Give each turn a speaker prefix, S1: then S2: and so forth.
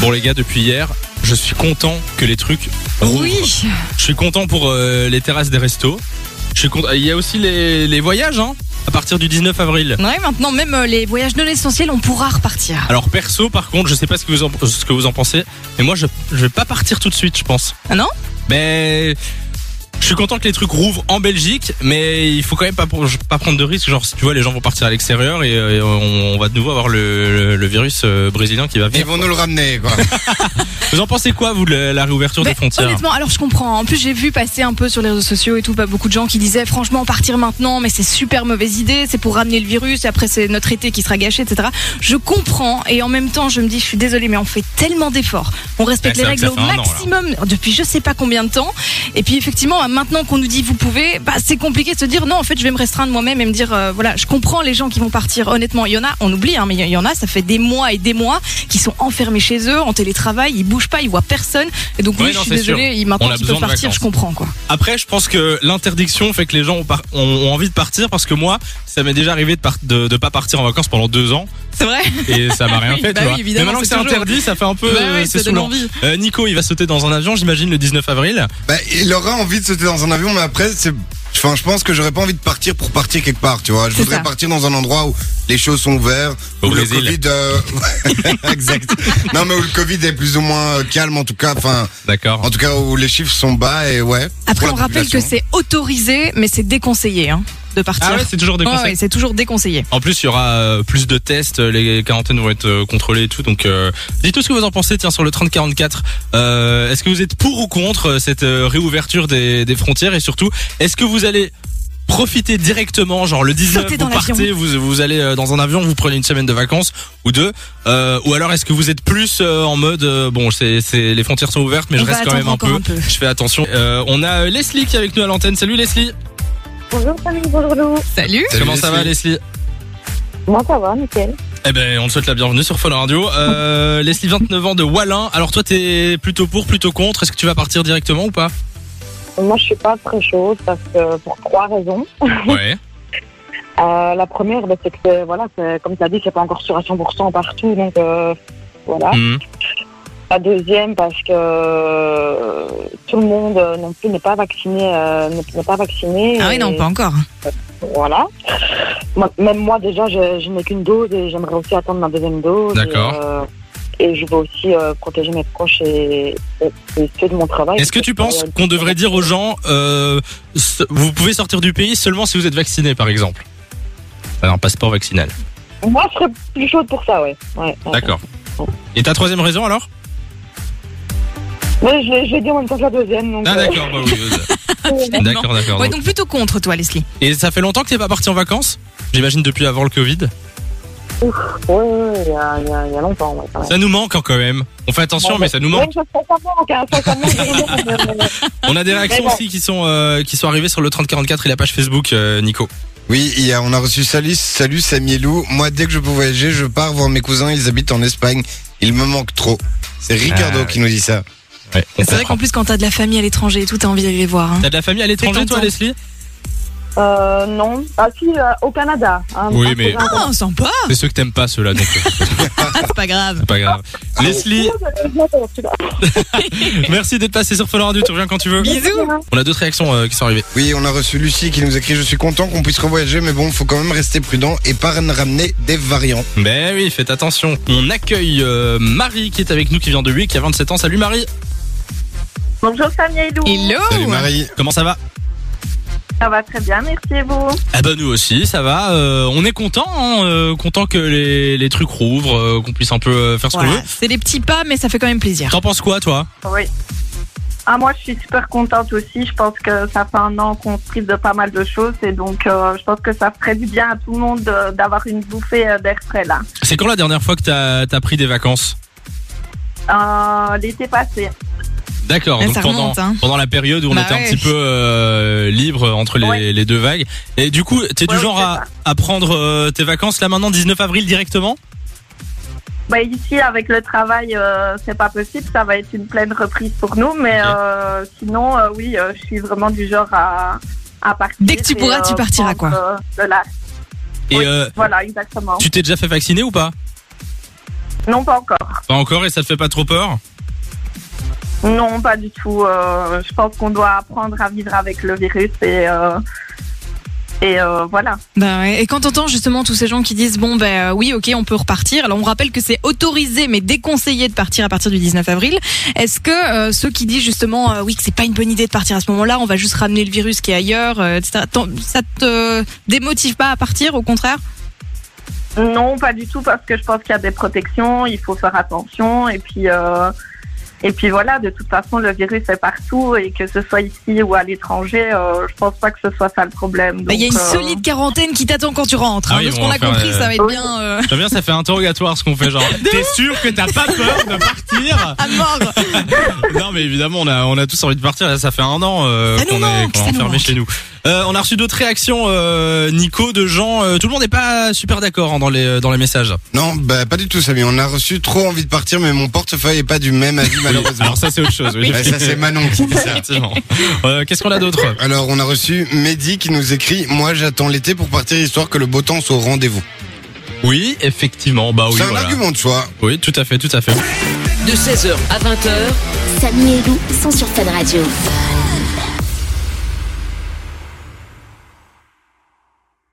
S1: Bon les gars, depuis hier, je suis content que les trucs rouvrent.
S2: Oui,
S1: Je suis content pour euh, les terrasses des restos. Je suis content. Il y a aussi les, les voyages, hein, à partir du 19 avril.
S2: ouais, maintenant même euh, les voyages non essentiels, on pourra repartir.
S1: Alors perso, par contre, je sais pas ce que vous en, ce que vous en pensez, mais moi, je, je vais pas partir tout de suite, je pense.
S2: Ah non
S1: Mais je suis content que les trucs rouvrent en Belgique, mais il faut quand même pas, pr- pas prendre de risques. Genre, si tu vois, les gens vont partir à l'extérieur et, euh, on, on va de nouveau avoir le, le- le virus euh, brésilien qui va
S3: Ils
S1: venir.
S3: vont nous le ramener, quoi.
S1: Vous en pensez quoi, vous, de la, la réouverture
S2: Ben,
S1: des frontières
S2: Eh Honnêtement, alors je comprends. En plus, j'ai vu passer un peu sur les réseaux sociaux et tout, pas beaucoup de gens qui disaient franchement partir maintenant, mais c'est super mauvaise idée, c'est pour ramener le virus, et après c'est notre été qui sera gâché, etc. Je comprends et en même temps, je me dis, je suis désolée, mais on fait tellement d'efforts, on respecte
S1: Ben,
S2: les
S1: c'est vrai
S2: règles au
S1: que ça fait un an,
S2: maximum depuis je sais pas combien de temps. Et puis effectivement, bah, maintenant qu'on nous dit vous pouvez, bah, c'est compliqué de se dire non, en fait, je vais me restreindre moi-même et me dire euh, voilà, je comprends les gens qui vont partir. Honnêtement, il y en a, on oublie, hein, mais il y en a, ça fait des mois et des mois qui sont enfermés chez eux en télétravail, ils bougent pas, ils voient personne. Et donc
S1: Ouais,
S2: oui,
S1: non,
S2: je suis
S1: c'est sûr.
S2: désolée, il maintenant
S1: On a
S2: qu'ils
S1: besoin
S2: peuvent
S1: de
S2: partir,
S1: vacances.
S2: je comprends quoi.
S1: Après, je pense que l'interdiction fait que les gens ont, par- ont- ont envie de partir parce que moi, ça m'est déjà arrivé de, par- de, de pas partir en vacances pendant deux ans
S2: C'est vrai
S1: et ça m'a rien
S2: Oui,
S1: fait.
S2: bah
S1: tu
S2: oui,
S1: vois. Mais
S2: évidemment,
S1: maintenant que
S2: c'est
S1: c'est
S2: toujours- Bah
S1: interdit, ça fait un peu, euh, c'est saoulant.
S2: envie.
S1: Euh, Nico, il va sauter dans un avion, j'imagine, le 19 avril.
S3: bah, il aura envie de sauter dans un avion, mais après, c'est. Enfin, je pense que j'aurais pas envie de partir pour partir quelque part, tu vois. Je
S2: C'est
S3: voudrais
S2: ça.
S3: partir dans un endroit où les choses sont ouvertes,
S1: Au
S3: où
S1: Brésil.
S3: le Covid, euh, exact. Non, mais où le Covid est plus ou moins euh, calme, en tout cas. Enfin,
S1: D'accord.
S3: en tout cas où les chiffres sont bas et ouais.
S2: Après,
S3: pour la
S2: on rappelle que
S3: population.
S2: c'est autorisé, mais c'est déconseillé hein, de partir.
S1: Ah ouais, c'est toujours des
S2: Ouais,
S1: conseils.
S2: ouais, c'est toujours déconseillé.
S1: En plus, il y aura euh, plus de tests, euh, les quarantaines vont être euh, contrôlées et tout. Donc, euh, dites-nous ce que vous en pensez, tiens, sur le 3044. Euh, est-ce que vous êtes pour ou contre euh, cette euh, réouverture des, des frontières Et surtout, est-ce que vous allez profiter directement, genre le 19,
S2: Sauter
S1: vous
S2: dans l'avion.
S1: partez, vous, vous allez euh, dans un avion, vous prenez une semaine de vacances ou deux euh, Ou alors, est-ce que vous êtes plus euh, en mode, euh, bon, c'est, c'est, les frontières sont ouvertes, mais
S2: On
S1: je
S2: va
S1: reste quand
S2: attendre
S1: même un
S2: encore
S1: peu.
S2: un peu.
S1: Je fais attention. Euh, on a euh, Leslie qui est avec nous à l'antenne. Salut Leslie.
S4: Bonjour Samy, bonjour Lou.
S2: Salut
S3: Salut,
S1: Comment ça va Leslie
S4: Moi ça va, nickel.
S1: Eh ben, on te souhaite la bienvenue sur Fun Radio. Euh, Leslie, 29 ans de Wallin. Alors toi, t'es plutôt pour, plutôt contre. Est-ce que tu vas partir directement ou pas
S4: Moi je suis pas très chaude parce que pour trois raisons.
S1: Ouais.
S4: Euh, la première, ben, c'est que c'est- voilà, c'est- comme tu as dit, c'est pas encore sûr à 100% partout, donc euh, voilà.
S1: Mm. Hmm.
S4: La deuxième parce que euh, tout le monde euh, non plus n'est pas vacciné, euh, n'est n'est pas vacciné.
S2: Ah oui,
S4: Et
S2: non, pas encore.
S4: Voilà. Moi- même moi déjà, je, je n'ai qu'une dose et j'aimerais aussi attendre ma deuxième dose.
S1: D'accord.
S4: Et, euh, et je veux aussi euh, protéger mes proches et, et- et ceux de mon travail. Euh,
S1: Est-ce que tu
S4: Parce
S1: penses qu'on devrait dire aux gens, euh, s- vous pouvez sortir du pays seulement si vous êtes vacciné, par exemple Enfin, Un passeport vaccinal.
S4: Moi, je serais plus chaude pour ça, ouais. ouais, ouais.
S1: D'accord. Et ta troisième raison alors
S4: Mais je, l'ai- je l'ai dit en même temps que la deuxième, donc.
S1: Ah
S4: euh,
S1: d'accord, bah oui, oui. d'accord, d'accord.
S2: Ouais,
S1: donc.
S2: donc plutôt contre toi, Leslie.
S1: Et ça fait longtemps que t'es pas parti en vacances J'imagine depuis avant le Covid.
S4: ouais, ouais, ouais, il y a, il y a- il y a longtemps, ouais, quand même.
S1: Ça nous manque hein, quand même. On fait attention,
S4: Bon,
S1: mais ça nous
S4: Ouais,
S1: manque.
S4: ça, ça, ça manque, hein, ça, ça manque vraiment, mais-
S1: On a des réactions
S4: Mais bon.
S1: aussi qui sont euh, qui sont arrivées sur le 3044 et la page Facebook, euh, Nico.
S3: Oui, il y a- on a reçu Salut, salut Samy et Lou. Moi, dès que je peux voyager, je pars voir mes cousins, ils habitent en Espagne. Ils me manquent trop. C'est Ricardo
S1: Ah,
S3: qui nous dit ça.
S1: Ouais, on
S2: C'est vrai
S1: comprend.
S2: qu'en plus, quand t'as de la famille à l'étranger et tout, t'as envie d'aller les voir. hein.
S1: T'as de la famille à
S2: C'est
S1: l'étranger, toi,
S2: tentant.
S1: Leslie
S4: Euh, non. Ah, si, euh, au Canada. hein,
S1: Oui,
S4: un
S1: mais-
S4: cousin.
S2: Ah, sympa
S1: C'est ceux que t'aimes pas, ceux-là, donc euh,
S2: Ah, C'est pas grave.
S1: c'est pas grave. Leslie,
S4: J'adore, celui-là.
S1: merci d'être passé sur Fun Radio, tu reviens quand tu veux.
S2: Bisous
S1: On a d'autres réactions euh, qui sont arrivées.
S3: Oui, on a reçu Lucie qui nous écrit Je suis content qu'on puisse revoyager, mais bon, faut quand même rester prudent et pas ramener des variants.
S1: Ben oui, faites attention. On accueille euh, Marie qui est avec nous, qui vient de 8, qui a 27 ans. Salut Marie,
S5: Bonjour Samy et Lou.
S2: Hello
S1: Ah
S3: Salut Marie.
S1: comment ça va
S5: Ça va très bien, merci et vous.
S1: Ah ben nous aussi, ça va. Euh, on est content, hein, euh, content que les, les trucs rouvrent, euh, qu'on puisse un peu euh, faire ce qu'on
S2: Voilà,
S1: veut.
S2: c'est des petits pas, mais ça fait quand même plaisir.
S1: T'en penses quoi, toi
S5: Oui. Ah, moi, je suis super contente aussi. Je pense que ça fait un an qu'on se prive de pas mal de choses et donc euh, je pense que ça ferait du bien à tout le monde de- d'avoir une bouffée euh, d'air frais là.
S1: C'est quand la dernière fois que t'as t'as pris des vacances
S5: Euh, L'été passé.
S1: D'accord,
S2: Ouais,
S1: donc
S2: ça
S1: pendant,
S2: remonte, hein.
S1: pendant la période où on
S2: Bah
S1: était un
S2: ouais.
S1: petit peu euh, libre entre les,
S5: Ouais.
S1: les deux vagues. Et du coup, t'es du
S5: Ouais,
S1: genre
S5: c'est
S1: à,
S5: ça.
S1: à prendre euh, tes vacances là maintenant, 19 avril directement
S5: Bah, ici, avec le travail, euh, c'est pas possible. Ça va être une pleine reprise pour nous, mais
S1: Ok.
S5: euh, sinon, euh, oui, euh, je suis vraiment du genre à, à partir.
S2: Dès que tu
S5: et,
S2: pourras, tu partiras, quoi.
S5: prendre, euh, de la-
S1: Et
S5: Oui.
S1: euh,
S5: Voilà, exactement.
S1: tu t'es déjà fait vacciner ou pas
S5: Non, pas encore.
S1: Pas encore et ça te fait pas trop peur
S5: Non, pas du tout. Euh, je pense qu'on doit apprendre à vivre avec le virus et, euh, et euh, voilà.
S2: Bah ouais. Et quand t'entends justement tous ces gens qui disent bon ben euh, oui ok on peut repartir, alors on rappelle que c'est autorisé mais déconseillé de partir à partir du 19 avril. Est-ce que euh, ceux qui disent justement euh, oui que c'est pas une bonne idée de partir à ce moment-là, on va juste ramener le virus qui est ailleurs, euh, etc. t'en- Ça te démotive pas à partir au contraire
S5: Non, pas du tout, parce que je pense qu'il y a des protections, il faut faire attention. Et puis, euh, et puis voilà, de toute façon, le virus est partout, et que ce soit ici ou à l'étranger, euh, je pense pas que ce soit ça le problème.
S2: Bah, Il y a une
S5: Donc, euh,
S2: solide quarantaine qui t'attend quand tu rentres.
S1: Ah
S2: hein.
S1: oui,
S2: de ce
S1: on
S2: qu'on
S1: va
S2: a
S1: faire,
S2: compris,
S1: euh,
S2: ça va être
S5: oui.
S2: bien euh,
S1: J'aime bien, ça fait interrogatoire ce qu'on fait. Genre, t'es sûr que t'as pas peur de partir
S2: à mort.
S1: Non, mais évidemment, on a, on a tous envie de partir. Là, ça fait un an euh,
S2: Ça nous
S1: qu'on est,
S2: manque,
S1: qu'on est
S2: ça nous
S1: enfermés
S2: manque.
S1: chez nous. Euh, on a reçu d'autres réactions, euh, Nico, de gens. euh, tout le monde n'est pas super d'accord hein, dans les dans les messages.
S3: Non, bah pas du tout, Samy. On a reçu trop envie de partir, mais mon portefeuille est pas du même avis, malheureusement.
S1: Alors ça, c'est autre chose. Ah oui.
S3: Ouais, ça, c'est Manon qui dit ça.
S1: Effectivement. Euh, Qu'est-ce qu'on a d'autre
S3: Alors, on a reçu Mehdi qui nous écrit Moi, j'attends l'été pour partir histoire que le beau temps soit au rendez-vous.
S1: Oui, effectivement. Bah oui,
S3: c'est un
S1: voilà.
S3: argument de choix.
S1: Oui, tout à fait, tout à fait.
S6: De 16h à 20h,
S7: Samy et Lou sont sur Fun Radio.